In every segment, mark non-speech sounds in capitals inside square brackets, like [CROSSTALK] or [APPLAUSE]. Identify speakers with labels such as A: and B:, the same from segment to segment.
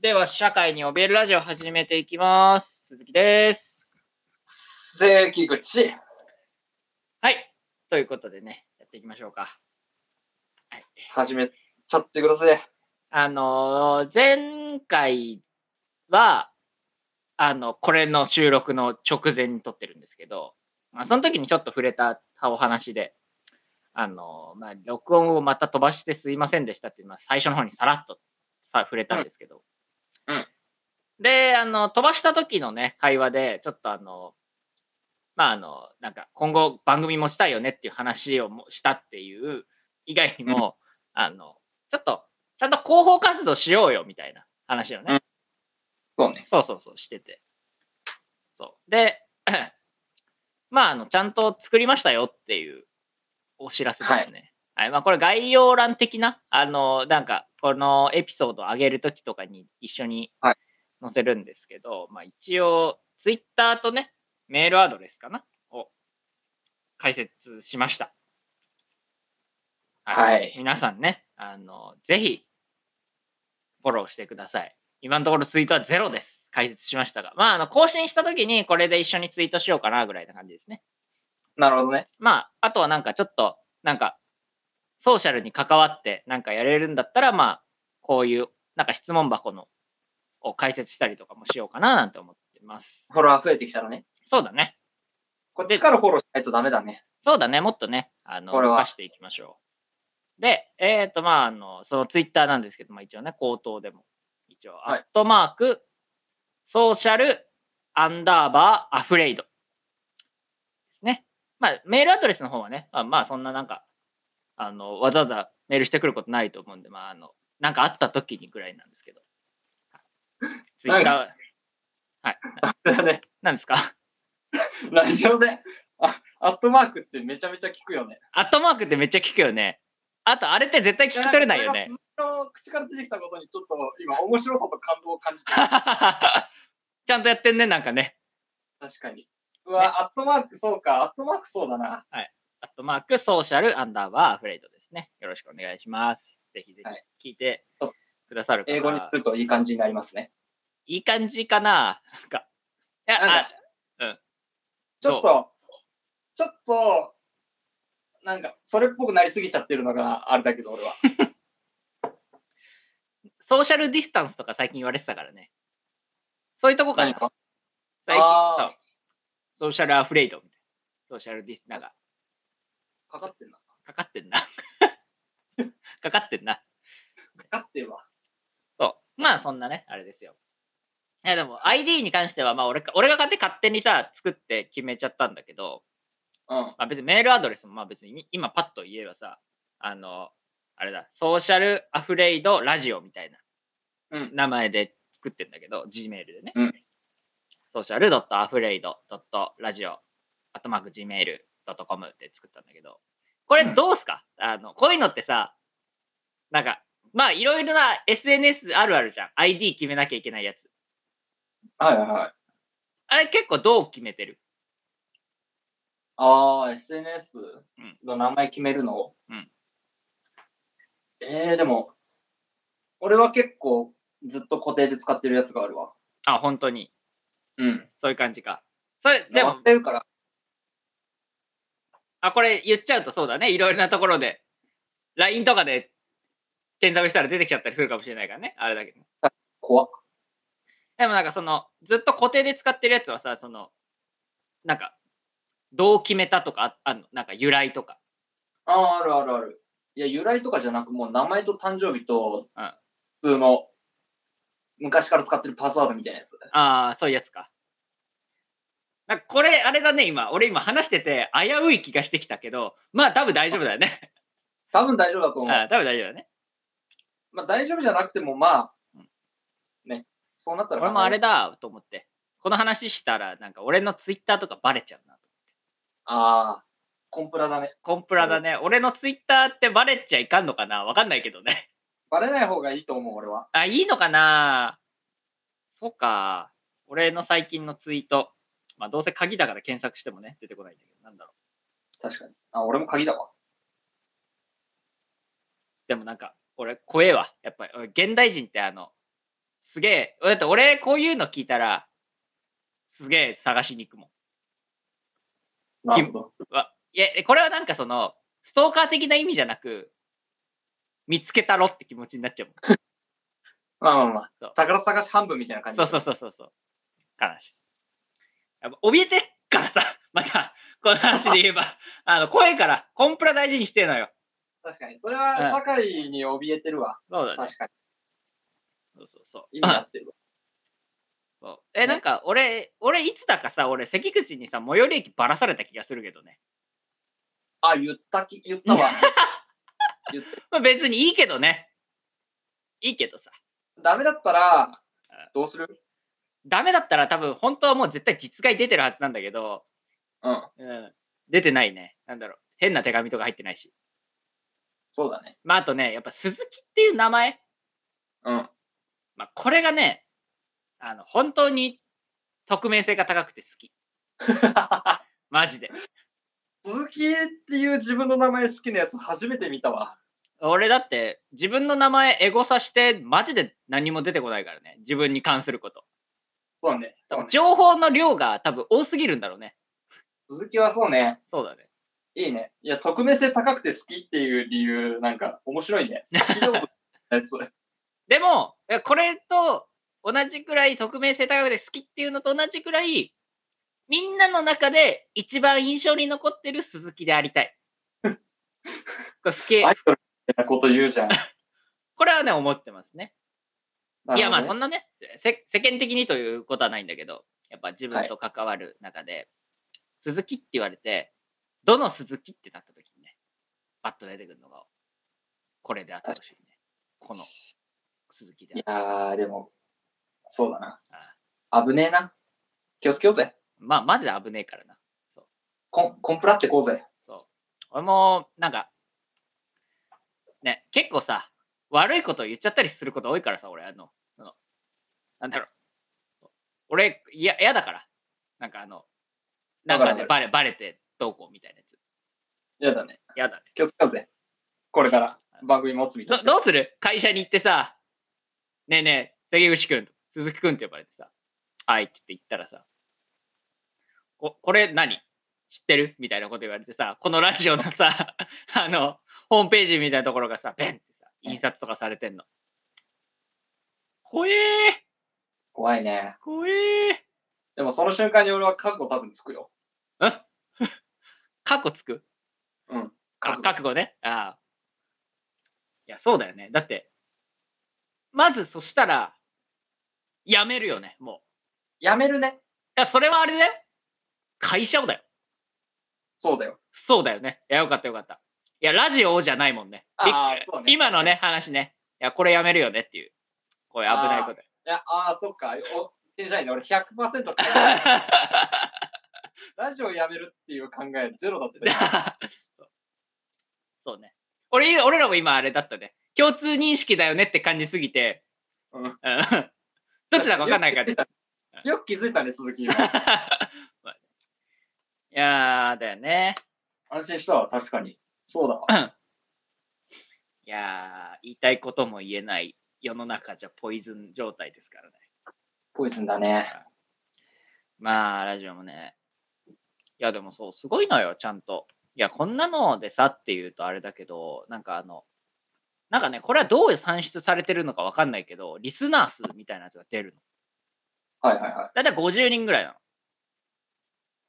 A: では、社会に怯えるラジオを始めていきます。鈴木です。
B: 関口。
A: はい。ということでね、やっていきましょうか。はい。
B: 始めちゃってください。
A: あのー前回は、あの、これの収録の直前に撮ってるんですけど、まあ、その時にちょっと触れたお話で、あのーまあ、録音をまた飛ばしてすいませんでしたって、まあ、最初の方にさらっとさ触れたんですけど、
B: うんうん
A: で、あの、飛ばした時のね、会話で、ちょっとあの、まあ、あの、なんか、今後番組もしたいよねっていう話をもしたっていう、以外にも、あの、ちょっと、ちゃんと広報活動しようよみたいな話をね、
B: うんそうね。
A: そうそうそう、してて。そう。で、 [CLEARS THROAT] まあ、あの、ちゃんと作りましたよっていうお知らせですね。はい。まあ、これ概要欄的な、あの、なんか、このエピソードを上げるときとかに一緒に
B: は
A: 載
B: い
A: せるんですけど、まあ、一応、ツイッターとね、メールアドレスかなを解説しました。
B: はい
A: 皆さんね、あの、ぜひ、フォローしてください。今のところツイートはゼロです。解説しましたが。まあ、あの、更新したときにこれで一緒にツイートしようかなぐらいな感じですね。
B: なるほどね。
A: まあ、あとはなんかちょっと、なんか、ソーシャルに関わってなんかやれるんだったら、まあ、こういう、なんか質問箱の、を解説したりとかもしようかななんて思ってます。
B: フォロワー増えてきたらね。
A: そうだね。
B: こっちからフォローしないとダメだね。
A: そうだね、もっとね、あの、
B: これ
A: 動
B: は
A: かしていきましょう。で、えっ、と、まあ、あの、そのツイッターなんですけど、まあ、一応ね、口頭でも、一応、
B: はい
A: アットマーク、ソーシャル、アンダーバー、アフレイド。ですね。まあ、メールアドレスの方はね、まあ、まあ、そんななんか、あの、わざわざメールしてくることないと思うんで、まあ、あの、なんかあった時にぐらいなんですけど。ツイッター、
B: だね。
A: なんですか [LAUGHS]
B: ラジオで、あ、アットマークってめちゃめちゃ聞くよね。
A: アットマークってめっちゃ聞くよね。あと、あれって絶対聞き取れないよね。
B: んかそれが鈴木の口から出てきたことにちょっと今面白さと感動を感じてる
A: [LAUGHS] ちゃんとやってんね、なんかね。
B: 確かに。うわ、
A: ね
B: アットマークそうか。アットマークそうだな。
A: アットマーク、ソーシャル、アンダーバー、アフレイドですね。よろしくお願いします。ぜひぜ
B: は
A: ひ聞いて
B: そう
A: くださるかな
B: 英語にするといい感じになりますね。
A: いい感じかななんか。いや、
B: なん
A: あ
B: か、ち
A: そう
B: ょっと、ちょっと、なんか、それっぽくなりすぎちゃってるのがあれだけど、俺は。
A: ソーシャルディスタンスとか最近言われてたからね。そういうとこか
B: 何
A: な
B: か
A: 最近
B: あー
A: そうソーシャルアフレイドみたいな。ソーシャルディスなんか、
B: かかってんな。
A: かかってんな。 [LAUGHS] かかってんな。
B: かかってるわ。
A: そう。まあ、そんなね、あれですよ。いや、でも ID に関しては、まあ俺か、俺が勝手勝手にさ、作って決めちゃったんだけど、
B: うん。
A: まあ、別にメールアドレスも、まあ別に今パッと言えばさ、あの、あれだ、ソーシャルアフレイドラジオみたいな
B: うん
A: 名前で作ってんだけど、Gmail でね。
B: うん
A: ソーシャル .afraid.radio.gmail.com って作ったんだけど、これどうすか、あの、こういうのってさ、なんか、まあいろいろな SNS あるあるじゃん。ID 決めなきゃいけないやつ。
B: はいはいはい。
A: あれ結構どう決めてる
B: ああ、SNS
A: うん
B: の名前決めるの、
A: うん
B: えー、でも、俺は結構ずっと固定で使ってるやつがあるわ。
A: あ、本当に。
B: うん。
A: そういう感じか。それ、
B: で
A: で
B: も、
A: も
B: 忘、れるから、
A: あ、これ言っちゃうとそうだね。いろいろなところで。LINE とかで検索したら出てきちゃったりするかもしれないからね。あれだけど。
B: 怖っ。
A: でもなんかその、ずっと固定で使ってるやつはさ、その、なんか、どう決めたとかああんのなんか由来とか。
B: ああ、あるあるある。いや、由来とかじゃなく、もう名前と誕生日と
A: うん、
B: 普通の、昔から使ってるパスワードみたいなやつ。
A: ああ、そういうやつか。なんかこれ、あれだね、今。俺今話してて危うい気がしてきたけど、まあ多分大丈夫だよね。
B: 多分大丈夫だと思う。
A: ああ多分大丈夫だね。
B: まあ大丈夫じゃなくても、まあ、ね、そうなったら考えよう、
A: 俺もあれだと思って。この話したら、なんか俺の Twitter とかバレちゃうな。
B: ああ、コンプラだね。
A: コンプラだね。俺のツイッターってバレちゃいかんのかなわかんないけどね。 [LAUGHS]
B: バレない方がいいと思う、俺は。
A: あ、いいのかなそうか。俺の最近のツイート。まあ、どうせ鍵だから検索してもね、出てこないんだけど、なんだろう。
B: 確かに。あ、俺も鍵だわ。
A: でもなんか、俺、怖えわ。やっぱり、俺現代人ってあの、すげえ。だって俺、こういうの聞いたら、すげえ探しに行くも
B: なるほど。
A: ん。わいや、これはなんかその、ストーカー的な意味じゃなく、見つけたろって気持ちになっちゃうもん。
B: まあまあま
A: そう
B: あ。宝探し半分みたいな感じ。
A: そうそうそうそうそう。悲しい。やっぱ怯えてっからさ、 [LAUGHS] また、この話で言え
B: [LAUGHS]
A: ば、あの、怖いから、コンプラ大事にしてんのよ。
B: 確かに。それは社会に怯えてるわ。
A: そうだね。
B: 確か
A: そうそうそう。
B: に。意味合ってるわ。
A: そうえ、
B: ね
A: なんか、俺、俺、いつだかさ、俺、関口にさ、最寄り駅ばらされた気がするけどね。
B: あ、言ったき、言ったわ。言った
A: まあ、別にいいけどね。いいけどさ。
B: ダメだったら、どうする
A: ダメだったら多分、本当はもう絶対実害出てるはずなんだけど、
B: うん。
A: うん。出てないね。なんだろう。変な手紙とか入ってないし。
B: そうだね。
A: まあ、あとね、やっぱ鈴木っていう名前。 [LAUGHS]
B: うん。
A: まあ、これがね、あの、本当に匿名性が高くて好き。マジで。
B: 鈴木っていう自分の名前好きなやつ初めて見たわ。
A: 俺だって自分の名前エゴサしてマジで何も出てこないからね。自分に関すること。
B: そうね。そうね。
A: 情報の量が多分多すぎるんだろうね。
B: 鈴木はそうね。
A: そうだね。
B: いいね。いや、匿名性高くて好きっていう理由、なんか面白
A: [LAUGHS]
B: いね。聞いたことないやつ。
A: でも、えこれと同じくらい匿名性高くて好きっていうのと同じくらい、みんなの中で一番印象に残ってる鈴木でありた
B: [LAUGHS]
A: い。これ不敬
B: アイドルみたいなこと言うじゃん。
A: これはね、思ってますね。いやまあそ
B: ん
A: んなねせ世間的にということはないんだけどやっぱ自分と関わる中で、鈴木って言われてどの鈴木ってなった時にねパッと出てくるのがこれであってほしいねこの鈴木であ
B: い
A: って
B: やー、でも、そうだな
A: あ。
B: 危ねえな。気をつけようぜ。
A: まあマジで危ねえからな
B: コンコンプラってこうぜ。
A: 俺もなんかね結構さ悪いことを言っちゃったりすること多いからさ俺あのそのなんだろう俺いや嫌だからなんかあのなんか
B: わか
A: で
B: る
A: バレバレてどうこうみたいなやつ
B: やだね。
A: 嫌だね
B: 気をつけようぜ。これから番組持つみたい
A: ど
B: な。
A: どうする会社に行ってさねえねえ関口君鈴木君って呼ばれてさはいって言ったらさここれ何知ってるみたいなこと言われてさこのラジオのさ [LAUGHS] あのホームページみたいなところがさペンってさ印刷とかされてんの怖えー
B: 怖いね。
A: 怖えー
B: でもその瞬間に俺は覚悟多分つくよ。
A: [LAUGHS] 過去つくあ覚悟ね。ああ。いや、そうだよね。だって、まずそしたら、やめるよね、もう。
B: やめるね。
A: いや、それはあれだよ。会社をだよ。
B: そうだよ。
A: そうだよね。いや、よかったよかった。いや、ラジオじゃないもんね。
B: あー
A: びっ
B: そうね
A: 今のね、話ね。いや、これやめるよねっていう。こういう危ないこと。
B: いや、ああ、そっか。お気にしないで、俺100%考え [LAUGHS] てないラジオやめるっていう考えゼロだ [LAUGHS] ってね。
A: [LAUGHS] そうそうね。俺、俺らも今あれだったね。共通認識だよねって感じすぎて、
B: うん
A: ん [LAUGHS] どっちだか分かんないからね。
B: よく気づいたね、鈴木 [LAUGHS]
A: [LAUGHS]
B: 今。
A: まあねいやー、だよね。
B: 安心したわ、確かに。そうだわ。
A: いやー、言いたいことも言えない世の中じゃポイズン状態ですからね。
B: ポイズンだね。
A: まあ、ラジオもね。いや、でもそう、すごいのよ、ちゃんと。いや、こんなのでさっていうとあれだけど、なんかあの、なんかね、これはどう算出されてるのかわかんないけど、リスナー数みたいなやつが出るの。
B: はいはいはい。
A: だいたい50人ぐらいなの。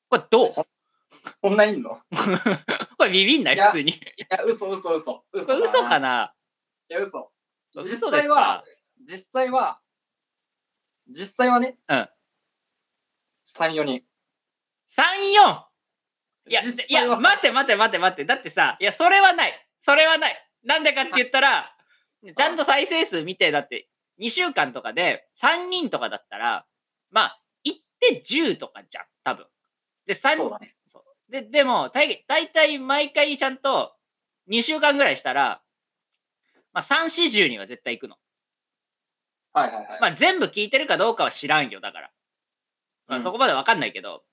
A: これどう
B: そこんないんの
A: [LAUGHS] これビビんない
B: いや
A: 普通に。
B: いや、嘘嘘嘘。嘘
A: これ嘘か
B: い
A: な
B: や、嘘。
A: そう
B: 実
A: 嘘です
B: 際
A: か
B: は、実際は、実際はね、
A: うん。
B: 3、4人。
A: 3、4! いや、
B: 実
A: い
B: 際
A: や、
B: は
A: 待って待って待って待って。だってさ、いや、それはない。それはない。なんでかって言ったら、ちゃんと再生数見て、だって、2週間とかで3人とかだったら、まあ、行って10とかじゃん、多分。で、3
B: そうだね。
A: で、でも、大概大体毎回ちゃんと2週間ぐらいしたら、まあ、3、4、10には絶対行くの。
B: はいはいはい。
A: まあ、全部聞いてるかどうかは知らんよ、だから。ま
B: う
A: あ、
B: ん
A: そこまでわかんないけど、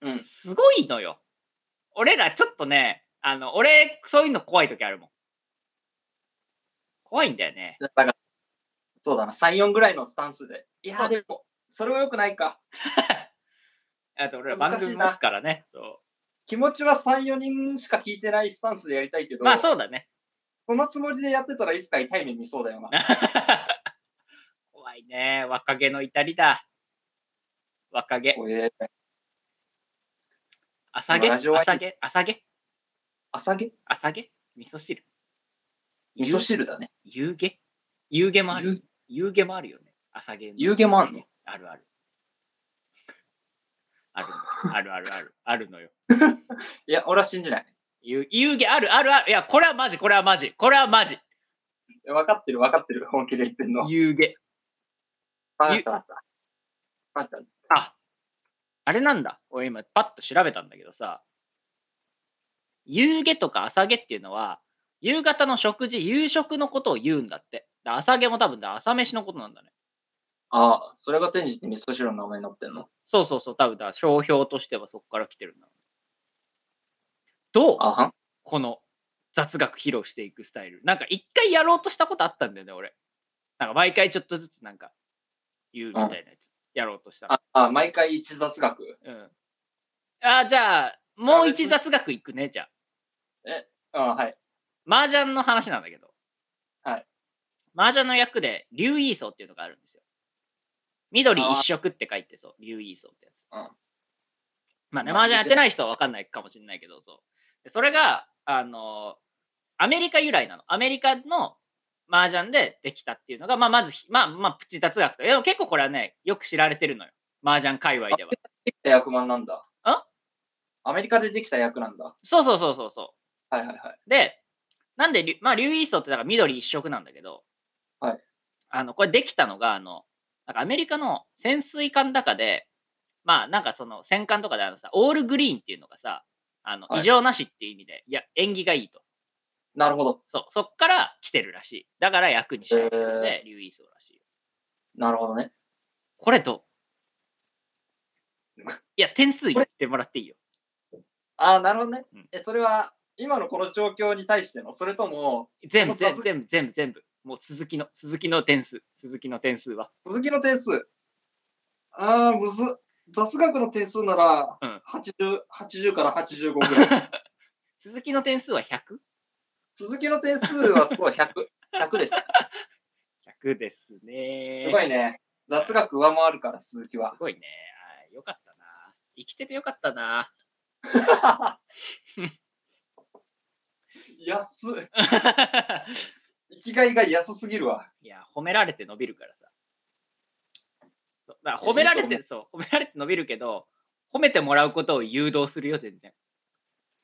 B: うん。
A: すごいのよ。俺らちょっとね、あの、俺、そういうの怖い時あるもん。怖いんだよね。
B: だから、そうだな、3、4ぐらいのスタンスで。いや、でも、それは良くないか。
A: あと俺ら番組ますからね。そ
B: 気持ちは3、4人しか聞いてないスタンスでやりたいけ
A: う
B: ど、
A: まあそうだね。 [LAUGHS]
B: そのつもりでやってたらいつか痛い目見そうだよな。
A: 怖いね。若気の至りだ。若気。
B: おえ
A: 朝毛
B: ラジオはいい
A: 朝毛朝毛
B: 朝毛
A: 朝毛味噌汁。
B: 味噌汁だね。
A: 夕毛夕毛もある。
B: 夕
A: 夕毛もあるよね。朝毛の。
B: 夕毛もあんの
A: あるある。あるのあるあるある。 [LAUGHS] あるのよ。
B: いや、俺は信じない。
A: 夕夕毛あるあるある。いや、これはマジ、これはマジ。これはマジ。
B: いや分かってる分かってる、本気で言ってんの。
A: 夕毛。
B: ああったあった。あった。
A: あ、あれなんだ。俺今パッと調べたんだけどさ、夕げとか朝げっていうのは、夕方の食事、夕食のことを言うんだって。だ朝げも多分だ朝飯のことなんだね。
B: ああ、それが転じて味噌汁の名前になってんの。
A: そうそうそう、多分だ商標としてはそこから来てるんだ。どう
B: あはん
A: この雑学披露していくスタイル。なんか一回やろうとしたことあったんだよね、俺。なんか毎回ちょっとずつなんか言うみたいなやつ、やろうとした。
B: ああ、毎回一雑学。
A: うん。あ、じゃあ、もう一雑学いくね、じゃあ。
B: ああ、はい。
A: 麻雀の話なんだけど。
B: はい。
A: 麻雀の役で、竜イ荘っていうのがあるんですよ。緑一色って書いてそう、竜イ荘ってやつ。
B: うん
A: まあね、
B: マ
A: 麻
B: ジ
A: 雀
B: で
A: やってない人は分かんないかもしれないけど、そう。でそれが、あのアメリカ由来なの。アメリカの麻雀でできたっていうのが、まあ、まずひ、まあ、まあ、プチ雑学と。でも結構これはね、よく知られてるのよ。麻雀界隈では。
B: できた役満なんだ。
A: あ
B: アメリカでできた役なんだ。
A: そうそうそうそうそう。
B: はいはいはい。
A: で、なんでりゅ、まあ、リュウイーソーってだから緑一色なんだけど、
B: はい。
A: あの、これできたのが、あの、なんかアメリカの潜水艦の中で、まあ、なんかその戦艦とかであのさ、オールグリーンっていうのがさ、あの、
B: はい
A: 異常なしっていう意味で、いや、縁起がいいと。
B: なるほど。
A: そう、そっから来てるらしい。だから役にしたっていうの
B: へ
A: で、リュウイーソーらしいよ。
B: なるほどね。
A: これどういや、点数言ってもらっていいよ。
B: ああ、なるほどね
A: うん。
B: え、それは、今のこの状況に対しての、それとも、
A: 全部、
B: この
A: 全部、
B: 雑
A: 全部、全部、全部。もう鈴木の、鈴木の点数、鈴木の点数は。
B: 続きの点数。ああ、むずっ。雑学の点数なら、
A: うん
B: 80、80から85ぐらい。
A: [LAUGHS] 鈴木の点数は 100?
B: 続きの点数はそう、100。100です。
A: [LAUGHS] 100ですね。
B: すごいね。雑学上回るから、鈴木は
A: [LAUGHS] す。ごいね。あーよかったな。生きててよかったな。 [LAUGHS]
B: 安っ。生きがいが安すぎるわ。
A: いや、褒められて伸びるからさ。そうだから褒められ
B: いや
A: て、そう、褒められて伸びるけど、褒めてもらうことを誘導するよ、全然。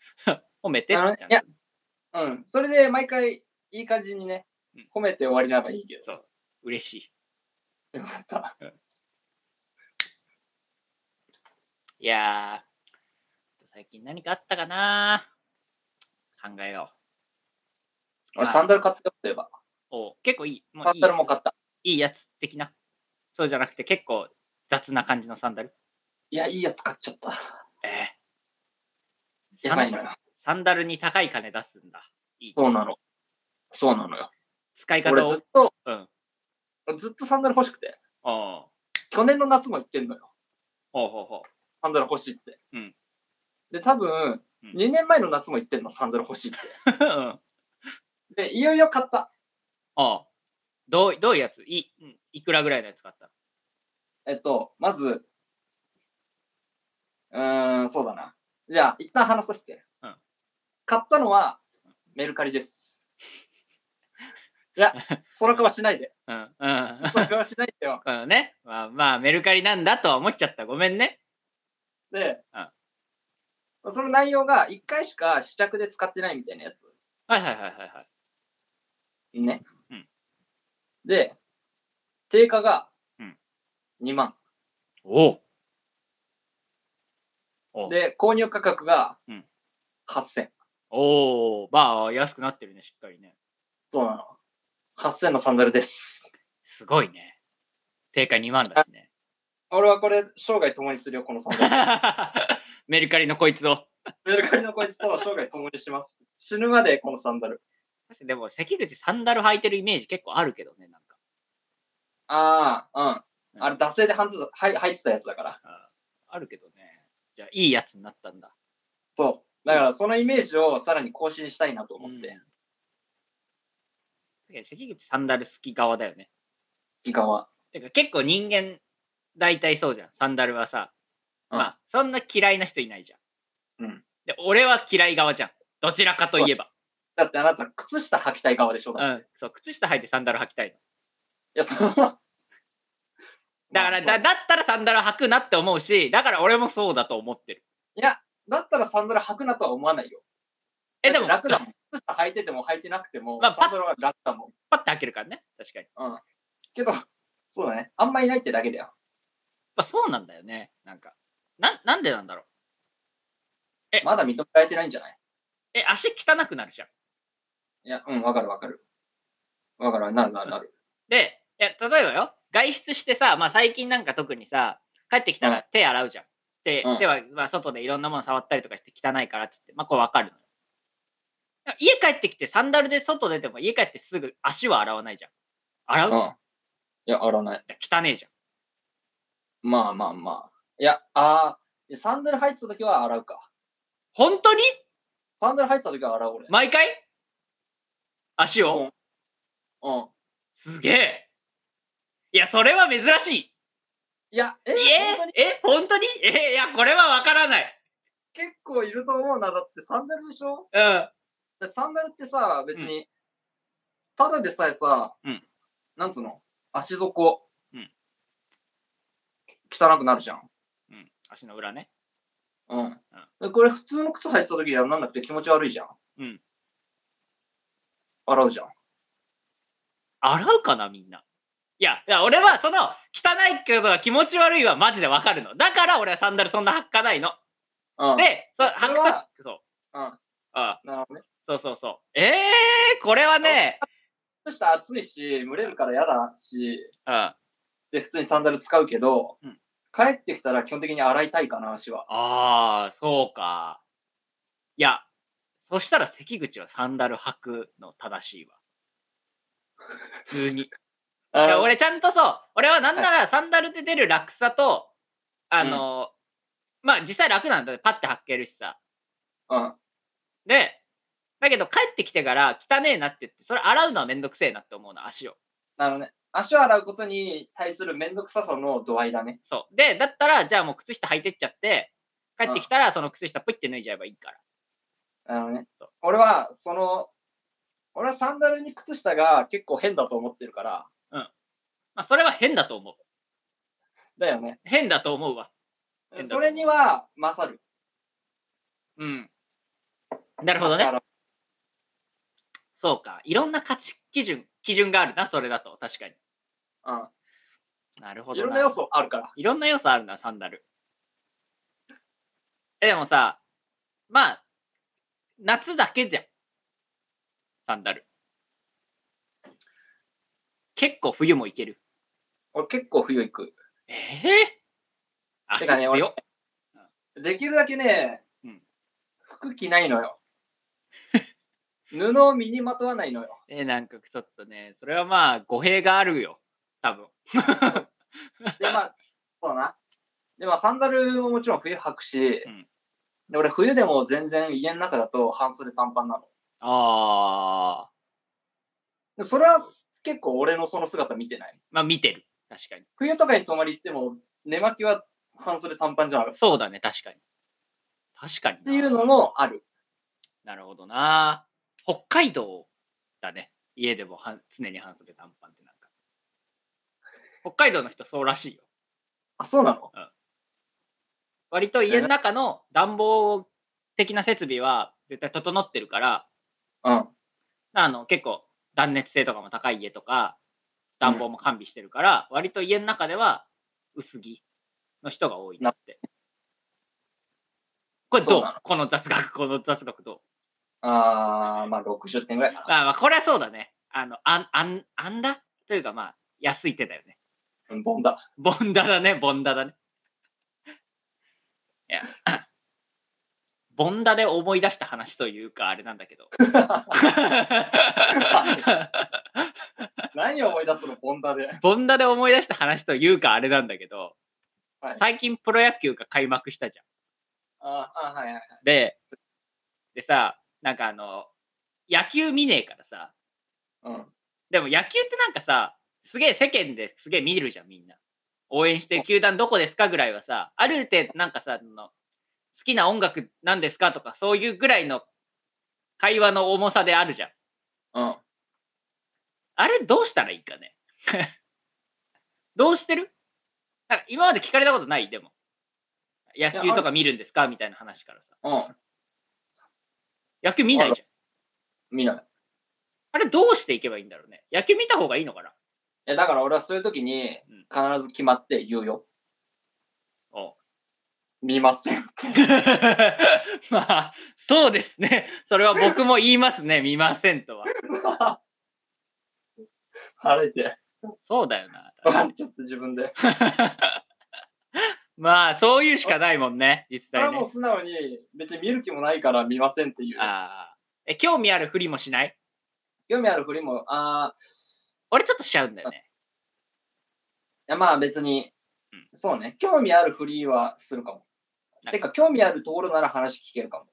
A: [LAUGHS] 褒めて。
B: あの
A: ちゃんと
B: いやうん。それで毎回、いい感じにね
A: うん、
B: 褒めて終わりならいいけ
A: そう、嬉しい。
B: ど。よかった。
A: いやー、最近何かあったかな。考えよ
B: 俺、サンダル買ったよって言え
A: う。
B: ば。
A: おう結構いい。も
B: サ
A: い
B: ン
A: い
B: ダ
A: や
B: ルも買った。
A: ついいやつ的な。そうじゃなくて、結構雑な感じのサンダル。
B: いや、いいやつ買っちゃった。
A: ええ
B: やばいのよ。
A: サンダルに高い金出すんだ。いい
B: そうなの。そうなのよ。
A: 使い方
B: 俺
A: を。
B: ずっと、
A: うん。
B: ずっとサンダル欲しくて。
A: おう
B: 去年の夏も言ってんのよ。
A: ほうほう [LAUGHS] ほ
B: サンダル欲しいって。
A: うん
B: で、多分、
A: うん
B: 2年前の夏も言ってんの、サンダル欲しいって。
A: う。うん。
B: で、いよいよ買った。
A: おうどうどういうやついうんいくらぐらいのやつ買ったの
B: えっと、まず、うーん、そうだな。じゃあ、一旦話させて。
A: うん
B: 買ったのは、メルカ
A: [LAUGHS]
B: リです。いや、その顔しないで。
A: うん。うん
B: その顔しないでよ。
A: うん。ね。まあ、まあ、メルカリなんだとは思っちゃった。ごめんね。
B: で、その内容が1回しか試着で使ってないみたいなやつ。
A: はいはいはいはいはい。
B: ね。
A: うん
B: で、定価が
A: うん
B: 2万。
A: おうおう
B: で、購入価格が
A: うん
B: 8000。
A: おうまあ、安くなってるね、しっかりね。
B: そうなの。8000のサンダルです。
A: すごいね。定価2万だしね。
B: 俺はこれ、生涯共にするよ、このサンダル。
A: [LAUGHS] メルカリのこいつを。
B: メルカリのこいつとは生涯共にします。死ぬまでこのサンダル。
A: 確かにでも関口サンダル履いてるイメージ結構あるけどね、なんか。
B: ああ、う。
A: うんん
B: あれ、惰性で半ズはい入ってたやつだから。
A: ああるけどね。じゃあ、いいやつになったんだ。
B: そう。だから、そのイメージをさらに更新したいなと思って。
A: うん。いや関口サンダル好き側だよね。
B: いかは。
A: てか結構人間大体そうじゃん。サンダルはさ、
B: うん
A: まあそんな嫌いな人いないじゃん。
B: うん。
A: で俺は嫌い側じゃん。どちらかといえば。
B: だってあなた、靴下履きたい側でしょ。
A: う
B: だって
A: ん。そう靴下履いてサンダル履きたいの。
B: いや、そ
A: [LAUGHS]
B: の。だか
A: だからだだったらサンダル履くなって思うし、だから俺もそうだと思ってる。
B: だったらサンダル履くなとは思わないよ。
A: えでも
B: だって楽だもん。靴下履いてても履いてなくても、
A: まあ
B: サンダルは楽だもん。
A: パッて履けるからね。確かに。
B: けど、そうだね。あんまいないってだけだよ。
A: まあそうなんだよね。なんか。ななんでなんだろう。
B: まだ認められてないんじゃない
A: え足汚くなるじゃん。
B: いや、うん、わかるわかる。わかる、なるなるなる。
A: で、いや例えばよ、外出してさ、まあ、最近なんか特にさ、帰ってきた
B: うん
A: ら手洗うじゃん。で、
B: うん
A: 手は、まあ、外でいろんなもの触ったりとかして汚いからっつって、まあ、こうわかるのよ。家帰ってきてサンダルで外出ても家帰ってすぐ足は洗わないじゃん。洗う、
B: うん。いや、あらない。
A: 汚ねえじゃん。
B: まあまあまあ。いや、あーサンダル入ってた時は洗うか。
A: 本当に
B: サンダル入ってた時は洗う俺。
A: 毎回足を、
B: うん。
A: すげえ。いや、それは珍しい。
B: いや、え
A: え
B: 本当に
A: え本当にえいや、これはわからない。
B: 結構いると思うな。だってサンダルでしょ
A: うん。
B: だってサンダルってさ、別に、ただでさえさ、
A: うん
B: なんつうの足底、
A: うん
B: 汚くなるじゃん。
A: うん、足の裏ね。
B: うん。でこれ普通の靴履いてた時はなんなくて気持ち悪いじゃん。
A: うん。
B: 洗うじゃん。
A: 洗うかなみんないやいや俺はその汚いけど気持ち悪いはマジでわかるのだから俺はサンダルそんな履かないの
B: うん。
A: でそう
B: そ
A: 履
B: れ
A: くと
B: は
A: そう
B: うん
A: ああ
B: なるほどね。
A: そうそうそうえー、これはね
B: 靴下暑いし、蒸れるから嫌だし、
A: うん
B: で、普通にサンダル使うけど、
A: うん
B: 帰ってきたら基本的に洗いたいかな、足は。
A: ああそうかいやそしたら関口はサンダル履くの正 [LAUGHS] しいわ普通に
B: あ
A: いや俺ちゃんとそう俺はなんならサンダルで出る楽さと、あの、まあ実際楽なんだよパッて履けるしさ
B: うん。
A: でだけど帰ってきてから汚ねえなって言ってそれ洗うのはめんどくせえなって思うの足を
B: なるほどね。足を洗うことに対するめんどくささの度合いだね。
A: そうでだったらじゃあもう靴下履いてっちゃって帰ってきたらその靴下ポイって脱いじゃえばいいから
B: なるほどね
A: そう。
B: 俺は、その、俺はサンダルに靴下が結構変だと思ってるから、
A: まあそれは変だと思う
B: だよね。
A: 変だと思うわ変だと
B: それには勝る。
A: うんなるほど
B: 足
A: ね
B: 洗う
A: そうかいろんな価値基準基準があるなそれだと確かになる
B: う
A: ほ
B: ん。
A: ど
B: い
A: な
B: ろんな要素あるから。
A: いろんな要素あるな、サンダル。え、でもさ、まあ、夏だけじゃん。サンダル。結構冬もいける。
B: 俺結構冬行く。
A: ええ足
B: てかね
A: 強っ
B: できるだけね、
A: うん
B: 服着ないのよ。 [LAUGHS] 布を身にまとわないのよ。
A: え、なんかちょっとね、それはまあ、語弊があるよ。多分。
B: で、まあ、 [LAUGHS] そうだな。で、まあ、サンダルももちろん冬履くし、
A: うん
B: で俺冬でも全然家の中だと半袖短パンなの。
A: ああ、
B: でそれは結構俺のその姿見てない。
A: まあ見てる。確かに。
B: 冬とかに泊まり行っても、寝巻きは半袖短パンじゃなかった。
A: そうだね、確かに。確かにな。
B: っていうのもある。
A: なるほどな。北海道だね。家でもはん常に半袖短パンってなんか。北海道の人そうらしいよ。
B: あ、そうなの
A: 割と家の中の暖房的な設備は絶対整ってるから、
B: うん。
A: あの結構断熱性とかも高い家とか、暖房も完備してるから、割と家の中では薄着の人が多いなって。これ
B: そ
A: ど
B: う
A: う
B: なの
A: この雑学、この雑学どう
B: あー、まあ60点ぐらいかな。
A: まあまあ、これはそうだね。あの、あん、あん、あんだというかまあ、安い手だよね。
B: うん、ボンだ。
A: ボンダだね、ボンダだね。いや、 [COUGHS] ボンダで思い出した話というか、あれなんだけど。
B: [LAUGHS]
A: [LAUGHS]
B: 何を思い出すの、ボンダで。
A: ボンダで思い出した話というか、あれなんだけど、
B: はい
A: 最近プロ野球が開幕したじゃん。
B: ああ、はいはいはい。
A: で、でさ、なんかあの、野球見ねえからさ、
B: うん。
A: でも野球ってなんかさ、すげえ世間ですげえ見るじゃん、みんな。応援してる球団どこですかぐらいはさ、ある程度なんかさ、その好きな音楽なんですかとか、そういうぐらいの会話の重さであるじゃん。
B: うん。
A: あれどうしたらいいかね [LAUGHS] どうしてるなんか今まで聞かれたことないでも。野球とか見るんですかみたいな話からさ。
B: うん。
A: 野球見ないじゃん。
B: 見ない。
A: あれどうしていけばいいんだろうね。野球見た方がいいのかな
B: え、だから俺はそういう時に、必ず決まって言うよ。
A: おう
B: 見ません。 [LAUGHS]
A: [LAUGHS] まあ、そうですね。それは僕も言いますね。見ませんとは。
B: 晴れて。
A: そうだよな。 [LAUGHS]
B: バレちゃった自分で。
A: まあ、そういうしかないもんね。実
B: 俺は
A: 際
B: もう
A: ね。
B: 素直に、別に見る気もないから見ませんっていう。
A: ああ。え、興味あるふりもしない
B: 興味あるふりも、ああ、
A: 俺ちょっとしちゃうんだよね。
B: いやまあ別に
A: うん、
B: そうね、興味あるふりはするかも。
A: なんか
B: てか、興味あるところなら話聞けるかも。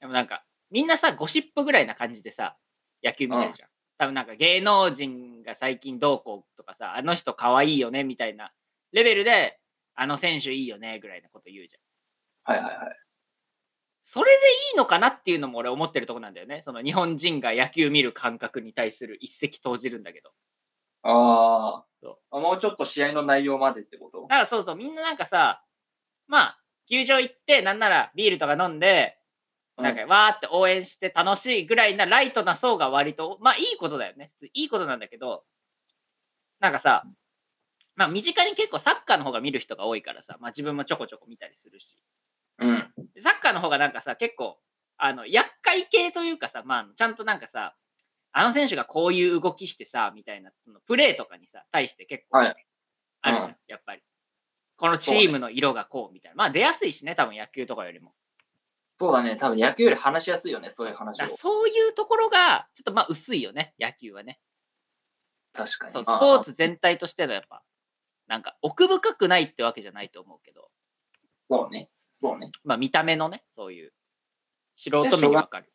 A: でもなんか、みんなさ、ゴシップぐらいな感じでさ、野球見てるじゃん。多分なんか芸能人が最近どうこうとかさ、あの人かわいいよねみたいなレベルで、あの選手いいよねぐらいなこと言うじゃん。
B: はいはいはい。
A: それでいいのかなっていうのも俺思ってるとこなんだよね。その日本人が野球見る感覚に対する一石投じるんだけど。
B: あ
A: そ
B: あ、もうちょっと試合の内容までってこと
A: だからそうそう、みんななんかさ、まあ、球場行って、なんならビールとか飲んで、なんか、わーって応援して楽しいぐらいなライトな層が割と、まあいいことだよね。普通いいことなんだけど、なんかさ、まあ身近に結構サッカーの方が見る人が多いからさ、まあ自分もちょこちょこ見たりするし、
B: うん。うん。
A: でサッカーの方がなんかさ、結構、あの、厄介系というかさ、まあちゃんとなんかさ、あの選手がこういう動きしてさ、みたいな、そのプレーとかにさ、対して結構、
B: はい
A: あるじゃ、
B: うん
A: やっぱり。このチームの色がこうみたいな。まあ出やすいしね、多分野球とかよりも。
B: そうだね、多分野球より話しやすいよね、そういう話
A: だ
B: を
A: から。そういうところが、ちょっとまあ薄いよね、野球はね。
B: 確かに。
A: そうス
B: まあ
A: ポーツ全体としてのやっぱ、なんか奥深くないってわけじゃないと思うけど、
B: そうね。そうね。
A: まあ見た目のね、そういう、素人目にわかる。そう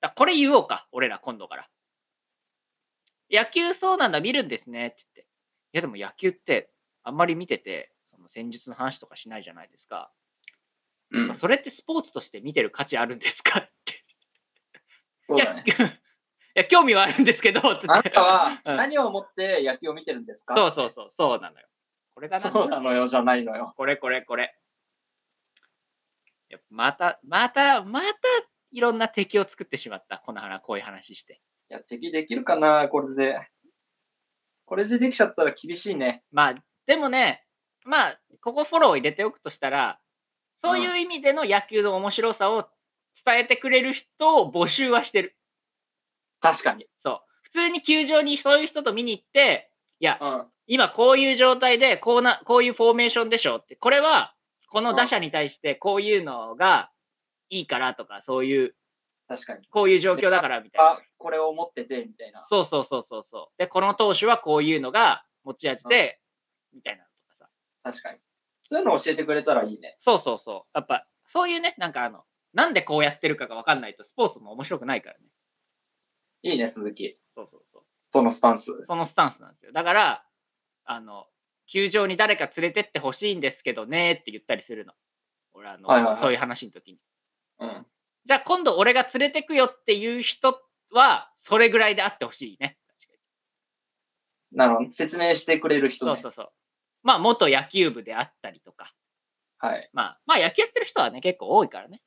A: だからこれ言おうか、俺ら今度から。野球そうなんだ、見るんですねって言って。いやでも野球って、あんまり見てて、その戦術の話とかしないじゃないですか。
B: うん。
A: それってスポーツとして見てる価値あるんですかって。
B: そうだね
A: い。や、いや興味はあるんですけど、つって
B: あなたは
A: うん
B: 何を思って野球を見てるんですか
A: そうそうそう、そうなのよ。これがな、
B: そうなのよ、じゃないのよ。
A: これこれこれ。いやまた、また、また、いろんな敵を作ってしまった。この話、こういう話して。
B: いや、敵できるかな、これで。これでできちゃったら厳しいね。
A: まあ、でもね、まあ、ここフォローを入れておくとしたら、そういう意味での野球の面白さを伝えてくれる人を募集はしてる。
B: 確かに。
A: そう。普通に球場にそういう人と見に行って、いや、
B: うん。
A: 今こういう状態でこうな、こういうフォーメーションでしょって、これはこの打者に対してこういうのがいいからとか、そういう、
B: 確かに。
A: こういう状況だからみたい
B: あ
A: な。、
B: これを持ってて、みたいな。
A: そうそうそうそうそう。で、この投手はこういうのが持ち味で、みたいなのとかさ。
B: 確かに。そういうの教えてくれたらいいね。
A: そうそうそう。やっぱ、そういうね、なんかあの、なんでこうやってるかが分かんないと、スポーツも面白くないからね。
B: いいね、鈴木。
A: そうそうそう。
B: そのスタンス。
A: そのスタンスなんですよ。だから、あの、球場に誰か連れてってほしいんですけどねって言ったりするの。俺、あの、
B: はいはいはい
A: そういう話の時に。
B: うん。
A: じゃあ今度俺が連れてくよっていう人は、それぐらいであってほしいね。
B: なるほど。説明してくれる人、
A: そ
B: ね。
A: うそうそう。まあ元野球部であったりとか、
B: はい。
A: まあ、まあ野球やってる人はね、結構多いからね。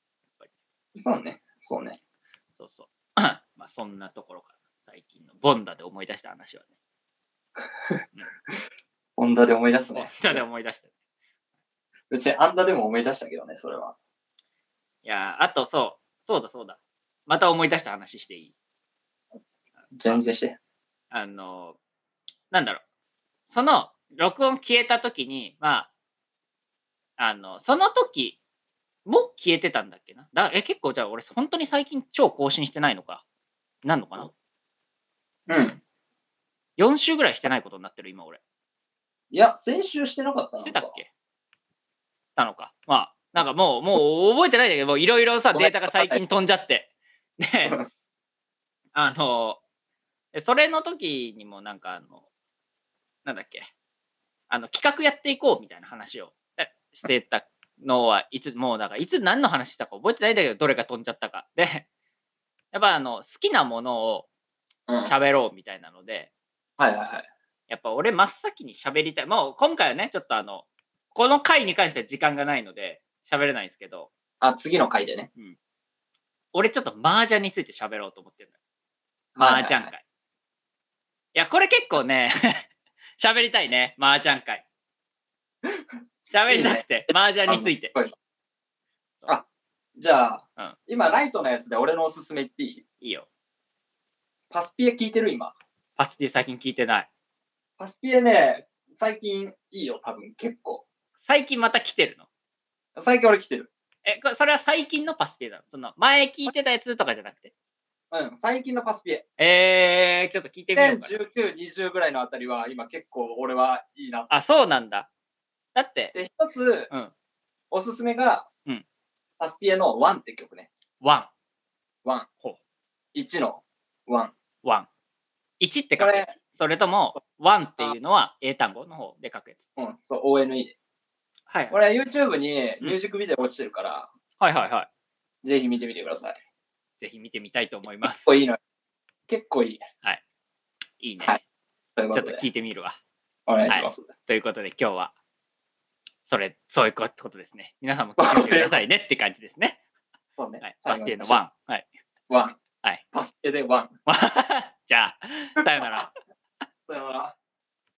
B: そうね。そうね。
A: そうそう。 [COUGHS] まあそんなところから、最近のボンダで思い出した話はね。
B: ホンダで思い出す
A: ボン
B: ね。
A: ダで思い出した。い
B: 別にアンダでも思い出したけどね、それは。
A: やー、あとそう、そうだそうだ。また思い出した話していい
B: 全然して。
A: あの、なんだろう、その録音消えた時に、まあ、あの、その時も消えてたんだっけな。だえ、結構じゃあ俺、本当に最近超更新してないのか。なんのかな
B: うん。
A: ?4 週ぐらいしてないことになってる、今俺。
B: いや、先週してなかったな
A: してたっけなのか。まあ、なんかもう、もう覚えてないんだけど、もういろいろさ、
B: ご
A: デ
B: めん
A: ータが最近飛んじゃって。で、あの、でそれの時にもなんかあの、なんだっけ、あの、企画やっていこうみたいな話をえしてたのは、いつ、もうだから、いつ何の話したか覚えてないんだけど、どれが飛んじゃったか。で、やっぱあの、好きなものを
B: うん。はい
A: 喋ろうみたいなので、
B: はいはい。
A: やっぱ俺真っ先に喋りたい。もう今回はね、ちょっとあの、この回に関しては時間がないので喋れないんですけど、
B: あ、次の回でね。
A: 俺ちょっと麻雀について喋ろうと思ってるのよ。麻雀
B: はい
A: 会。いや、これ結構ね、 [LAUGHS] 喋りたいね、麻雀会。喋りたくて、麻雀について。
B: あのやっぱりあ、じゃあ、
A: うん
B: 今、ライトのやつで俺のおすすめ言っていい
A: いいよ。
B: パスピエ聞いてる今。
A: パスピー最近聞いてない。
B: パスピエね、最近いいよ、多分結構。
A: 最近また来てるの。
B: 最近俺来てる。
A: え、これそれは最近のパスピーなのその前聞いてたやつとかじゃなくて。
B: うん、最近のパスピエ。
A: えー、ちょっと聞いてみようかな。
B: 2019、20ぐらいのあたりは今結構俺はいいな。
A: あ、そうなんだ。だって、
B: で、一つ、
A: うん
B: おすすめが、
A: うん
B: パスピエのワンって曲ね。
A: ワン。
B: ワン
A: ほう。
B: 1のワン。
A: ワン。1って
B: こ
A: 書くや
B: れ
A: つ。、それとも、ワンっていうのは英単語の方で書くやつ。
B: うん、そう、ONE。 [LAUGHS]
A: はい。
B: これ YouTube に
A: うん
B: ミュージックビデオ落ちてるから、
A: はいはいは
B: ぜひ見てみてください。
A: い。ぜひ見てみたいと思いま
B: 結
A: す。 [LAUGHS]
B: 構いいのよ。結構いい。
A: いいね。
B: はいというこ
A: ちょ
B: と
A: っと
B: で、
A: 聞いてみるわ。
B: お願いします。
A: ということで今日は、それ、そういうことですね。皆さんも聞いてみてくださいねって感じですね。
B: そうね
A: はい。バ
B: 最
A: ス
B: 後
A: ケのワン。はい。 [LAUGHS]
B: ワン。
A: はい。
B: パスケでワン。
A: じゃあ、さよなら。